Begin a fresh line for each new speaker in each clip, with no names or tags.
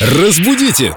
Разбудите!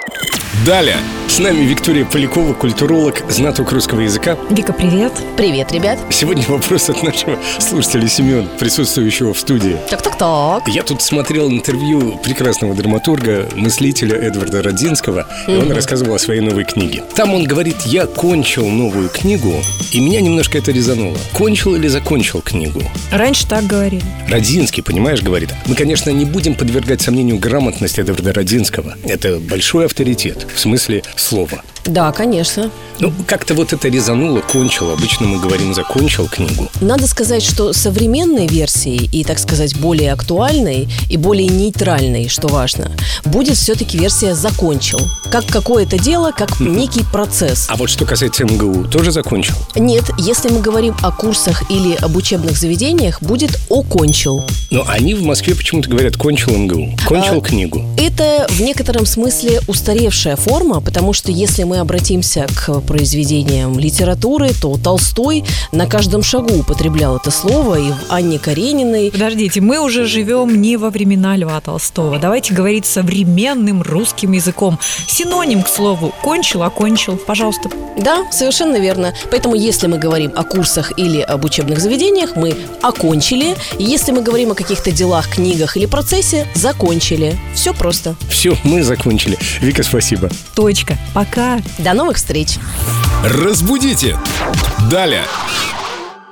Далее. С нами Виктория Полякова, культуролог, знаток русского языка.
Вика, привет.
Привет, ребят.
Сегодня вопрос от нашего слушателя Семена, присутствующего в студии.
Так-так-так.
Я тут смотрел интервью прекрасного драматурга, мыслителя Эдварда Родзинского, и он рассказывал о своей новой книге. Там он говорит, я кончил новую книгу, и меня немножко это резануло. Кончил или закончил книгу?
Раньше так говорили.
Родзинский, понимаешь, говорит, мы, конечно, не будем подвергать сомнению грамотность Эдварда Родзинского. Это большой авторитет, в смысле слова.
Да, конечно.
Ну, как-то вот это резануло, кончил. Обычно мы говорим «закончил книгу».
Надо сказать, что современной версией и, так сказать, более актуальной и более нейтральной, что важно, будет все-таки версия «закончил». Как какое-то дело, как некий процесс.
А вот что касается МГУ, тоже закончил?
Нет, если мы говорим о курсах или об учебных заведениях, будет «окончил».
Но они в Москве почему-то говорят «кончил МГУ», «кончил
А,
книгу».
Это в некотором смысле устаревшая форма, потому что если мы обратимся к произведениям литературы, то Толстой на каждом шагу употреблял это слово и в Анне Карениной.
Подождите, мы уже живем не во времена Льва Толстого. Давайте говорить современным русским языком. Синоним, к слову, кончил, окончил. Пожалуйста.
Да, совершенно верно. Поэтому если мы говорим о курсах или об учебных заведениях, мы окончили. Если мы говорим о каких-то делах, книгах или процессе, закончили. Все просто.
Все, мы закончили. Вика, спасибо.
Точка. Пока.
До новых встреч!
Разбудите! Далее!